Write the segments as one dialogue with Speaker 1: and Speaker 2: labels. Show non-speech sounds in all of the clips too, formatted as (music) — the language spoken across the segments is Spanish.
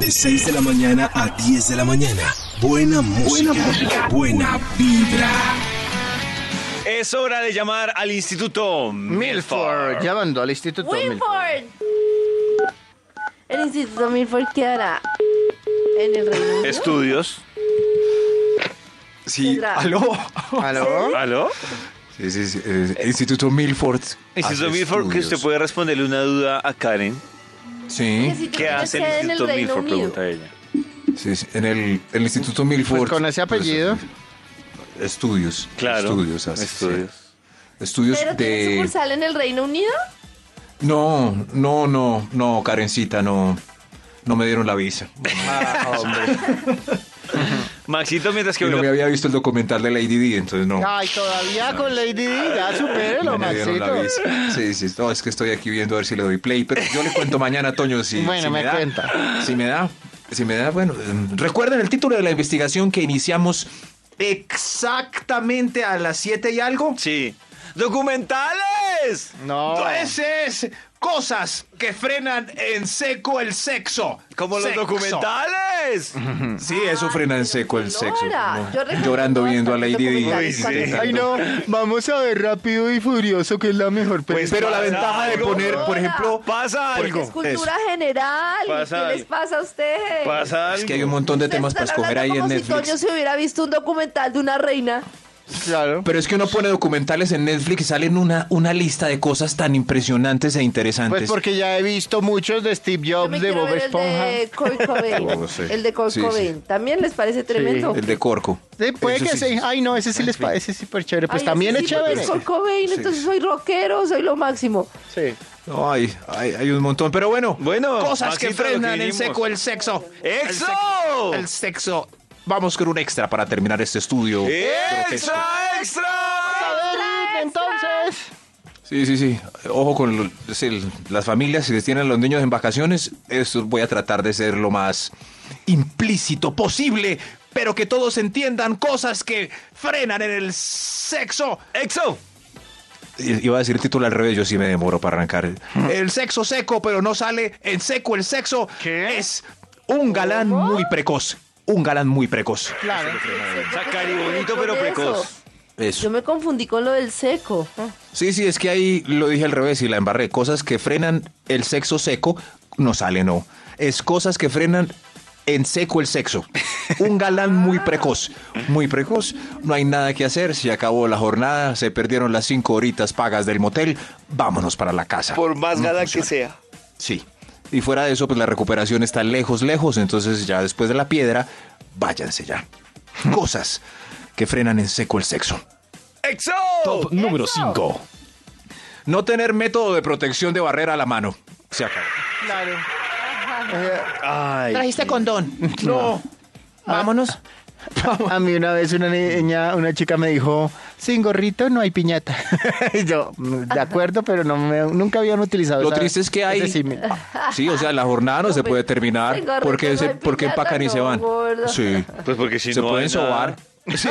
Speaker 1: De 6 de la mañana a 10 de la mañana. Buena música. Buena, música, buena vibra.
Speaker 2: Es hora de llamar al Instituto Milford.
Speaker 3: Llamando al Instituto Milford.
Speaker 4: Milford. El Instituto Milford quedará en el Reino Unido.
Speaker 2: Estudios.
Speaker 5: Sí,
Speaker 4: Tendrá.
Speaker 5: aló.
Speaker 3: ¿Aló?
Speaker 5: ¿Eh?
Speaker 2: ¿Aló?
Speaker 5: Ah, Sí, sí, sí, eh, Instituto Milford.
Speaker 2: Instituto
Speaker 5: hace
Speaker 2: Milford, que este usted
Speaker 5: estudios.
Speaker 2: puede responderle una duda a Karen.
Speaker 4: Que
Speaker 5: Sí,
Speaker 4: si
Speaker 2: ¿Qué
Speaker 4: yo
Speaker 2: hace
Speaker 4: quedé
Speaker 2: el
Speaker 4: en
Speaker 2: Instituto
Speaker 4: Reino
Speaker 2: Milford?
Speaker 4: Unido.
Speaker 2: Pregunta ella.
Speaker 5: sí, sí, en el, el Instituto Milford.
Speaker 3: Pues con ese apellido.
Speaker 5: Estudios.
Speaker 2: Claro.
Speaker 5: Estudios. hace, sí.
Speaker 2: Estudios.
Speaker 5: Estudios
Speaker 4: ¿Pero tiene
Speaker 5: de...
Speaker 4: sucursal en el Reino Unido?
Speaker 5: No, no, no, no, Karencita, no. No me dieron la visa.
Speaker 2: Ah, Maxito, mientras que
Speaker 5: Y no
Speaker 2: vuelve-
Speaker 5: me había visto el documental de Lady D, entonces no.
Speaker 3: Ay, todavía con Lady D, ya supérelo,
Speaker 5: No me dieron la
Speaker 3: Maxito.
Speaker 5: visa. Sí, sí, no, es que estoy aquí viendo a ver si le doy play, pero yo le cuento mañana, Toño, si,
Speaker 3: Bueno,
Speaker 5: si
Speaker 3: me
Speaker 5: da,
Speaker 3: cuenta.
Speaker 5: Si me da, si me da, bueno, em, recuerden el título de la investigación que iniciamos exactamente a las 7 y algo.
Speaker 2: Sí. ¡Documentales!
Speaker 3: No.
Speaker 5: Pues, Entonces, cosas que frenan en seco el sexo.
Speaker 2: Como los
Speaker 5: Sexo. Mm.
Speaker 2: documentales.
Speaker 5: Sí, eso frena en seco el sexo.
Speaker 4: Lora,
Speaker 5: ¿no?
Speaker 4: yo recomiendo
Speaker 5: Llorando viendo a
Speaker 4: bastante
Speaker 5: Lady Di.
Speaker 4: documentales
Speaker 2: Uy,
Speaker 4: para
Speaker 2: sí.
Speaker 4: que-
Speaker 3: Ay, no, vamos a ver rápido y furioso que es la mejor
Speaker 2: Pues,
Speaker 3: película.
Speaker 5: Pero la
Speaker 2: Pasa
Speaker 5: ventaja de
Speaker 2: algo,
Speaker 5: poner, por
Speaker 4: Lora.
Speaker 5: ejemplo,
Speaker 2: Pasa
Speaker 5: Por
Speaker 4: Es
Speaker 2: algo.
Speaker 4: cultura general.
Speaker 2: Pasa
Speaker 4: ¿Qué les
Speaker 2: algo.
Speaker 4: pasa a ustedes?
Speaker 2: Pasa
Speaker 5: Este es
Speaker 2: algo.
Speaker 5: que hay un montón de
Speaker 4: Ustedes
Speaker 5: temas para
Speaker 4: están
Speaker 5: escoger ahí
Speaker 4: hablando
Speaker 5: en
Speaker 4: como Si Toño
Speaker 5: Netflix.
Speaker 4: se hubiera visto un documental de una reina.
Speaker 3: Claro.
Speaker 5: Pero es que uno pone documentales en Netflix y salen una, una lista de cosas tan impresionantes e interesantes.
Speaker 3: Pues porque ya he visto muchos de Steve
Speaker 4: Yo
Speaker 3: Jobs,
Speaker 4: me
Speaker 3: de
Speaker 4: quiero
Speaker 3: Bob
Speaker 4: ver
Speaker 3: Esponja.
Speaker 4: El de
Speaker 5: (laughs)
Speaker 4: Kurt Cobain.
Speaker 5: Oh, sí.
Speaker 4: El de Kurt
Speaker 5: Sí, sí.
Speaker 4: Cobain. ¿También les parece tremendo?
Speaker 5: El de Corco.
Speaker 3: Sí, puede
Speaker 5: Eso
Speaker 3: que
Speaker 5: sí.
Speaker 3: sí. Ay, no, ese sí les parece súper chévere. Pues
Speaker 4: Ay,
Speaker 3: también
Speaker 4: ese
Speaker 3: es
Speaker 4: sí, porque
Speaker 3: chévere.
Speaker 4: Kurt Cobain, entonces soy rockero, soy lo máximo.
Speaker 3: Sí.
Speaker 5: No, hay, hay, hay un montón. Pero bueno,
Speaker 2: Bueno,
Speaker 5: cosas que
Speaker 2: Maxito, lo que
Speaker 5: frenan en
Speaker 2: dijimos.
Speaker 5: seco el sexo.
Speaker 2: ¡Exo!
Speaker 5: El sexo. Vamos con un extra para terminar este estudio.
Speaker 2: Eh,
Speaker 5: grotesco.
Speaker 2: ¡Extra,
Speaker 3: A
Speaker 2: extra!
Speaker 3: ver, entonces.
Speaker 5: Sí, sí, sí. Ojo con lo- es el- las familias, si les tienen a los niños en vacaciones, eso voy a tratar de ser lo más implícito posible, pero que todos entiendan cosas que frenan en el sexo.
Speaker 2: ¡Exo!
Speaker 5: I- Iba a decir el título al revés, yo sí me demoro para arrancar. El sexo seco, pero no sale en seco el sexo.
Speaker 3: ¿Qué?
Speaker 5: Es un galán muy precoz. Un galán muy precoz.
Speaker 3: Claro.
Speaker 2: Sacari bonito pero
Speaker 4: Con eso.
Speaker 2: precoz.
Speaker 5: Eso.
Speaker 4: Yo me confundí con lo del seco.
Speaker 5: Sí, sí, es que ahí lo dije al revés y la embarré. Cosas que frenan el sexo seco, no sale, no. Es cosas que frenan en seco el sexo. Un galán muy precoz, muy precoz. No hay nada que hacer, se acabó la jornada, se perdieron las cinco horitas pagas del motel, vámonos para la casa.
Speaker 2: Por más
Speaker 5: No
Speaker 2: gala que
Speaker 5: funciona.
Speaker 2: sea.
Speaker 5: Sí. Y fuera de eso, pues la recuperación está lejos, lejos. Entonces ya después de la piedra, váyanse ya. Cosas que frenan en seco el sexo.
Speaker 2: ¡Exo!
Speaker 4: Número 5.
Speaker 5: No tener método de protección de barrera a la mano. Se acabó.
Speaker 3: Claro.
Speaker 2: Ay,
Speaker 5: ¿Trajiste condón? No. Vámonos.
Speaker 3: (laughs) A mí una vez una niña, una chica me dijo, sin gorrito no hay piñata. (laughs) Y yo, mm, de acuerdo, pero no me- nunca habían utilizado.
Speaker 5: Lo
Speaker 3: esa-
Speaker 5: triste es que hay.
Speaker 3: ese símil.
Speaker 5: Sí, o sea, la
Speaker 4: (laughs)
Speaker 5: jornada no se puede terminar
Speaker 4: Tengo
Speaker 5: porque,
Speaker 4: reto,
Speaker 5: se,
Speaker 4: no hay
Speaker 5: porque
Speaker 4: piñata,
Speaker 5: empacan y se
Speaker 4: no,
Speaker 5: van.
Speaker 4: gordo.
Speaker 5: Sí.
Speaker 2: Pues porque si
Speaker 5: se
Speaker 2: no
Speaker 5: pueden
Speaker 2: hay nada. (laughs)
Speaker 5: sobar. Sí.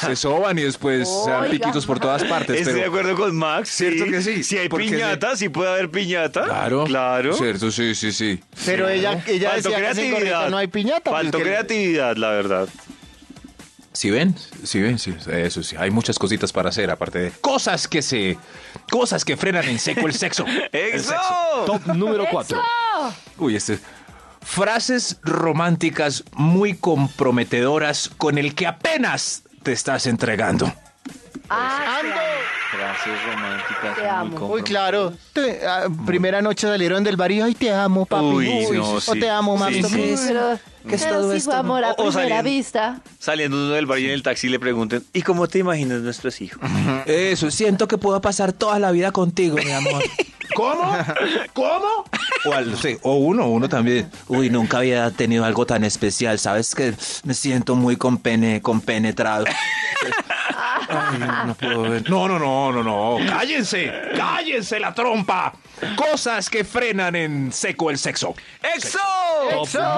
Speaker 5: Se soban y después se dan
Speaker 4: Oiga.
Speaker 5: piquitos por todas partes.
Speaker 2: Estoy
Speaker 5: pero-
Speaker 2: de acuerdo con Max.
Speaker 5: ¿Cierto que Este sí?
Speaker 2: Si hay
Speaker 5: Porque se-
Speaker 2: piñata, si puede haber piñata.
Speaker 5: Claro.
Speaker 2: Claro.
Speaker 5: Cierto, sí, sí, sí.
Speaker 3: Pero ella, ella
Speaker 2: Faltó
Speaker 3: decía que sin gorrito
Speaker 2: creatividad.
Speaker 3: no hay piñata. pues,
Speaker 2: Faltó
Speaker 3: que-
Speaker 2: creatividad, la verdad.
Speaker 5: Si ven, si ven, sí, eso sí. Hay muchas cositas para hacer aparte de cosas que se cosas que frenan en seco el sexo. El
Speaker 2: ¡Exo!
Speaker 5: sexo.
Speaker 4: Número 4.
Speaker 5: Uy, este frases románticas muy comprometedoras con el que apenas te estás entregando.
Speaker 4: Ah,
Speaker 3: Ando.
Speaker 2: Frases románticas.
Speaker 4: Te muy amo.
Speaker 3: Uy, claro. Te- ah, primera noche salieron del bar y, ay, te amo, papi.
Speaker 2: Uy,
Speaker 3: Uy,
Speaker 2: no,
Speaker 3: o
Speaker 2: sí.
Speaker 3: te amo,
Speaker 2: Sí,
Speaker 3: mami.
Speaker 2: sí.
Speaker 4: pero,
Speaker 5: ¿Qué es
Speaker 4: pero
Speaker 5: todo
Speaker 4: sí
Speaker 5: esto?
Speaker 4: fue
Speaker 3: (laughs)
Speaker 4: amor
Speaker 2: O-
Speaker 4: a
Speaker 2: o
Speaker 4: primera
Speaker 2: saliendo.
Speaker 4: vista.
Speaker 2: Saliendo uno del bar y en el taxi le pregunten, ¿y cómo te imaginas nuestros
Speaker 5: (laughs)
Speaker 2: hijos?
Speaker 5: Eso, siento que puedo pasar toda la vida contigo, mi amor. (laughs) ¿Cómo? ¿Cómo? O, al- sí, o uno, uno también. Uy, nunca había tenido algo tan especial. Sabes que me siento muy compene, compenetrado. Ay, no, no puedo ver. No, no, no, no, no. Cállense, cállense la trompa. Cosas que frenan en seco el sexo.
Speaker 2: ¡Exo!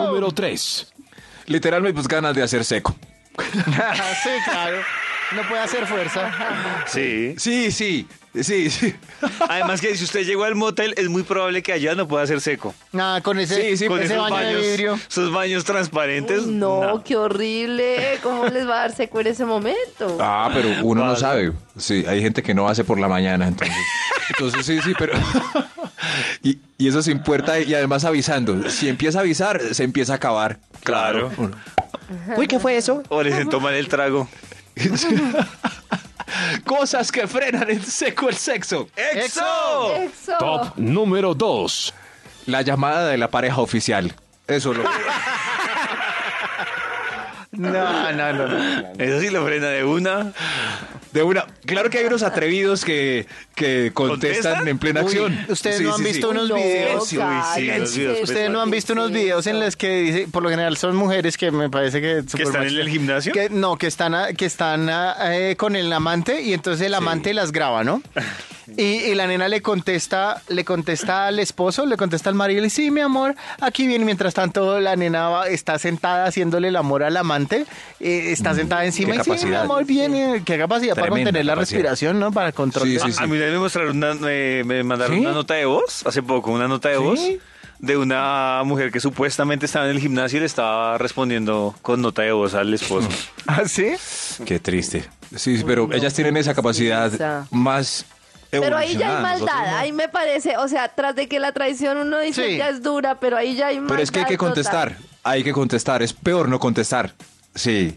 Speaker 6: Número 3.
Speaker 5: Literalmente, pues ganas de hacer seco.
Speaker 3: sí, claro. No puede hacer fuerza.
Speaker 2: Sí.
Speaker 5: Sí, sí.
Speaker 7: Sí, sí.
Speaker 2: Además que si usted llegó al motel, es muy probable que allá no pueda ser seco.
Speaker 3: Nada, con ese,
Speaker 7: Sí, sí,
Speaker 3: con
Speaker 7: con
Speaker 3: ese
Speaker 2: esos
Speaker 3: baño de vidrio.
Speaker 2: Sus baños transparentes.
Speaker 4: Uy, no,
Speaker 2: nah.
Speaker 4: qué horrible. ¿Cómo les va a dar seco en ese momento?
Speaker 5: Ah, pero uno no
Speaker 2: Vale.
Speaker 5: sabe. Sí, hay gente que no hace por la mañana, entonces. Entonces, sí, sí, pero. (laughs) Y, y eso sin puerta y además avisando. Si empieza a avisar, se empieza a acabar.
Speaker 2: Claro.
Speaker 7: Uy, ¿qué fue eso?
Speaker 2: O les toman el trago.
Speaker 5: (laughs)
Speaker 7: Cosas que frenan en seco el sexo.
Speaker 2: ¡Exo!
Speaker 4: Sexo.
Speaker 5: Top número 2. La llamada de la pareja oficial. Eso lo.
Speaker 3: No, no, no. no.
Speaker 2: Eso sí lo frena de una.
Speaker 5: De una. Claro que hay unos atrevidos que, que contestan
Speaker 2: ¿Contestan?
Speaker 5: en plena
Speaker 3: Uy,
Speaker 5: acción.
Speaker 3: ¿ustedes
Speaker 5: Sí,
Speaker 3: no han
Speaker 5: sí, sí.
Speaker 3: visto unos
Speaker 4: No,
Speaker 3: videos?
Speaker 2: Sí, uy, sí,
Speaker 4: cállate.
Speaker 2: los videos, pues,
Speaker 3: Ustedes no han visto unos videos en los que dice, por lo general son mujeres que me parece que
Speaker 2: ¿Que están en el gimnasio?
Speaker 3: que no, que están a- que están a- eh, con el amante y entonces el amante las graba, ¿no? Y, y la nena le contesta, le contesta al esposo, le contesta al marido, y le dice, sí, mi amor, aquí viene. Mientras tanto, la nena va- está sentada haciéndole el amor al amante, eh, está sentada encima
Speaker 5: qué
Speaker 3: y sí, mi
Speaker 5: capacidad.
Speaker 3: amor, viene. Qué capacidad para
Speaker 5: Tremenda
Speaker 3: contener la
Speaker 5: capacidad.
Speaker 3: respiración, ¿no? Para controlar.
Speaker 5: Sí,
Speaker 2: A-
Speaker 5: sí, sí.
Speaker 2: Ah, A mí me mostraron una, me, me mandaron
Speaker 5: ¿Sí?
Speaker 2: una nota de voz hace poco, una nota de
Speaker 5: ¿Sí?
Speaker 2: voz de una mujer que supuestamente estaba en el gimnasio y le estaba respondiendo con nota de voz al
Speaker 5: (laughs)
Speaker 2: esposo.
Speaker 3: (laughs) ¿Ah, sí?
Speaker 5: Qué triste. Sí, pero ellas tienen esa capacidad
Speaker 4: esa.
Speaker 5: más
Speaker 4: Pero ahí ya hay
Speaker 5: evolucionada, nosotros
Speaker 4: maldad,
Speaker 5: no.
Speaker 4: ahí me parece, o sea, tras de que la traición uno dice
Speaker 3: Sí.
Speaker 4: ya es dura, pero ahí ya hay maldad.
Speaker 5: Pero es que hay que
Speaker 4: total.
Speaker 5: contestar. Hay que contestar. Es peor no contestar. Sí.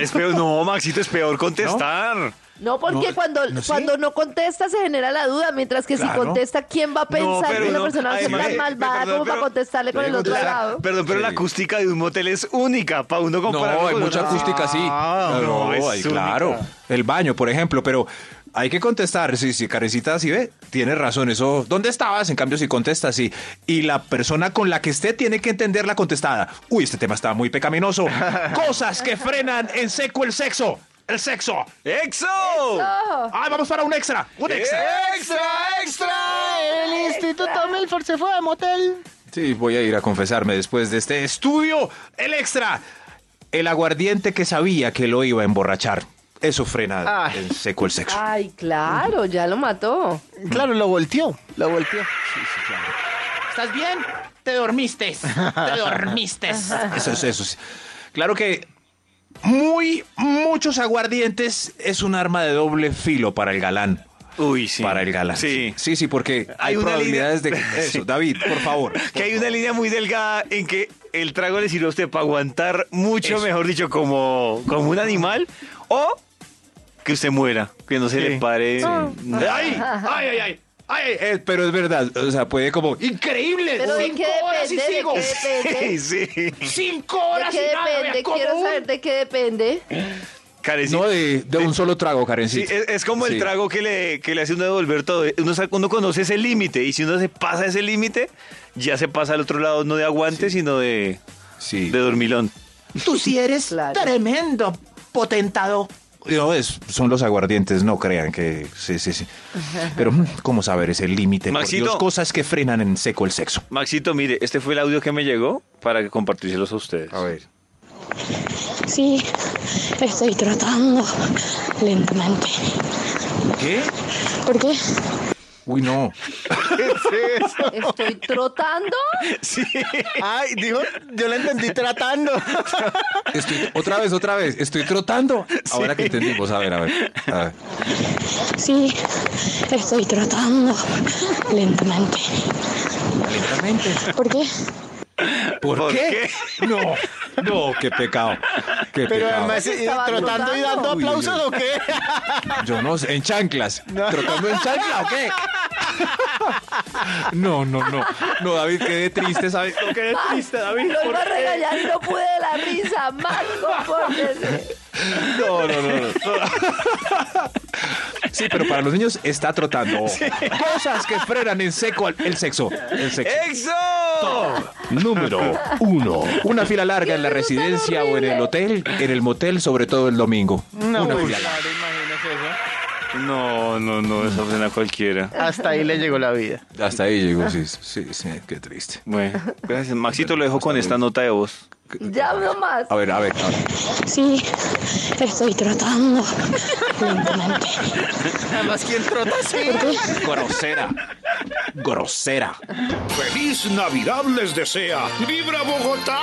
Speaker 2: es peor, no, Maxito, es peor contestar.
Speaker 4: No, porque cuando,
Speaker 5: no sé.
Speaker 4: cuando no contesta se genera la duda, mientras que si
Speaker 5: Claro.
Speaker 4: contesta, ¿quién va a pensar
Speaker 2: pero
Speaker 4: que la
Speaker 2: no,
Speaker 4: persona va a ser
Speaker 2: además-
Speaker 4: tan malvada
Speaker 2: perdón,
Speaker 4: como para
Speaker 2: pero-
Speaker 4: contestarle con el otro
Speaker 5: contestar.
Speaker 4: lado?
Speaker 2: Perdón, pero la
Speaker 5: Sí.
Speaker 2: acústica de un motel es única para uno comparar.
Speaker 5: No, hay mucha acústica, sí.
Speaker 3: Ah,
Speaker 5: no,
Speaker 2: no, es
Speaker 5: hay-
Speaker 2: única.
Speaker 5: claro. El baño, por ejemplo, pero hay que contestar. Sí, sí, carecita, sí ve, tiene razón. Eso, ¿dónde estabas? En cambio, si contestas, sí. Y la persona con la que esté tiene que entender la contestada. Uy, este tema está muy pecaminoso. Cosas que frenan en seco el sexo. El sexo.
Speaker 2: ¡Exo!
Speaker 5: ¡Ay, vamos para un extra! ¡Un extra!
Speaker 3: El Instituto Milford se fue de motel.
Speaker 5: Sí, voy a ir a confesarme después de este estudio. El extra. El aguardiente que sabía que lo iba a emborrachar. Eso frena
Speaker 3: Ay.
Speaker 5: en seco el sexo.
Speaker 4: Ay, claro, ya lo mató.
Speaker 3: Claro, lo volteó, lo volteó.
Speaker 8: ¿Estás bien? Te dormiste. Te dormiste.
Speaker 5: Eso es, eso es. Claro que muy, muchos aguardientes es un arma de doble filo para el galán.
Speaker 2: Uy, sí.
Speaker 5: Para el galán.
Speaker 2: Sí.
Speaker 5: Sí, sí, porque hay,
Speaker 2: Hay una
Speaker 5: probabilidades
Speaker 2: línea-
Speaker 5: de... Eso,
Speaker 2: (laughs) Sí.
Speaker 5: David, por favor.
Speaker 2: (laughs) Que hay una línea muy delgada en que el trago le sirve a usted para aguantar mucho, mejor dicho, como, como un animal, o que usted muera, que no se le pare. nada.
Speaker 5: ¡Ay! ¡Ay, ay, ay! ay eh, pero es verdad, o sea, puede como... ¡Increíble!
Speaker 4: Pero ¿de qué
Speaker 8: horas y
Speaker 4: depende? ¿De
Speaker 8: sigo.
Speaker 4: qué depende?
Speaker 2: Sí, (laughs) sí.
Speaker 8: Cinco
Speaker 4: ¿De
Speaker 8: horas
Speaker 4: qué
Speaker 8: y nada.
Speaker 4: depende?
Speaker 8: vea, como
Speaker 4: Quiero
Speaker 8: un-
Speaker 4: saber de qué depende.
Speaker 2: Carecita.
Speaker 5: No, de, de un solo trago,
Speaker 2: Sí,
Speaker 5: Karencita.
Speaker 2: es, es como el
Speaker 5: Sí.
Speaker 2: trago que le, que le hace uno devolver todo. Uno, sa- uno conoce ese límite y si uno se pasa ese límite, ya se pasa al otro lado, no de aguante, sino de,
Speaker 5: Sí.
Speaker 2: de dormilón.
Speaker 8: Tú sí eres
Speaker 4: Claro.
Speaker 8: tremendo potentado.
Speaker 5: No, es- son los aguardientes, no crean que... Sí, sí, sí. Pero, mm, ¿cómo saber ese límite? Por
Speaker 2: Maxito.
Speaker 5: Dios, cosas que frenan en seco el sexo.
Speaker 2: Maxito, mire, este fue el audio que me llegó para que compartírselos a ustedes.
Speaker 5: ver.
Speaker 9: Sí, estoy tratando lentamente.
Speaker 5: ¿Qué?
Speaker 9: ¿Por qué?
Speaker 5: Uy, no.
Speaker 4: ¿Estoy trotando?
Speaker 2: Sí.
Speaker 3: Ay, dijo, yo la entendí tratando.
Speaker 5: Estoy- otra vez, otra vez. Estoy trotando. Ahora que entendimos. A ver, a ver. A ver.
Speaker 9: Sí, estoy tratando lentamente.
Speaker 5: Lentamente.
Speaker 9: ¿Por qué?
Speaker 5: ¿Por,
Speaker 2: ¿Por
Speaker 5: qué? No. No, qué pecado. Qué
Speaker 3: Pero
Speaker 5: pecado.
Speaker 3: además, ¿eh,
Speaker 4: Estaba
Speaker 3: ¿trotando y dando
Speaker 5: Uy, uy,
Speaker 3: aplausos
Speaker 5: uy.
Speaker 3: o qué?
Speaker 5: Yo no sé. ¿En chanclas? ¿Trotando en chancla o qué? No, no, no. No, David, quedé triste, ¿sabes? No, quedé triste, David.
Speaker 4: Lo iba a regañar y no pude de la risa. Max, compórtese.
Speaker 5: No, no, no, no. Sí, pero para los niños está trotando. Cosas que frenan en seco al- el sexo. El sexo.
Speaker 2: ¡Exo!
Speaker 5: Número uno. Una fila larga en la residencia o en el hotel, en el motel, sobre todo el domingo.
Speaker 3: No,
Speaker 5: Una
Speaker 3: pues,
Speaker 5: fila larga.
Speaker 3: claro, imagínese eso.
Speaker 2: No, no, no, esa pena cualquiera.
Speaker 3: Hasta ahí le llegó la vida.
Speaker 5: Hasta ahí llegó, sí, sí, sí, qué triste.
Speaker 2: Bueno, gracias. Maxito lo dejó con esta nota de voz.
Speaker 4: Ya no más.
Speaker 5: A ver, a ver, a ver.
Speaker 9: Sí, estoy trotando lentamente.
Speaker 3: Además, ¿quién trota así?
Speaker 5: Grosera. Grosera.
Speaker 10: ¡Feliz Navidad les desea! ¡Vibra Bogotá!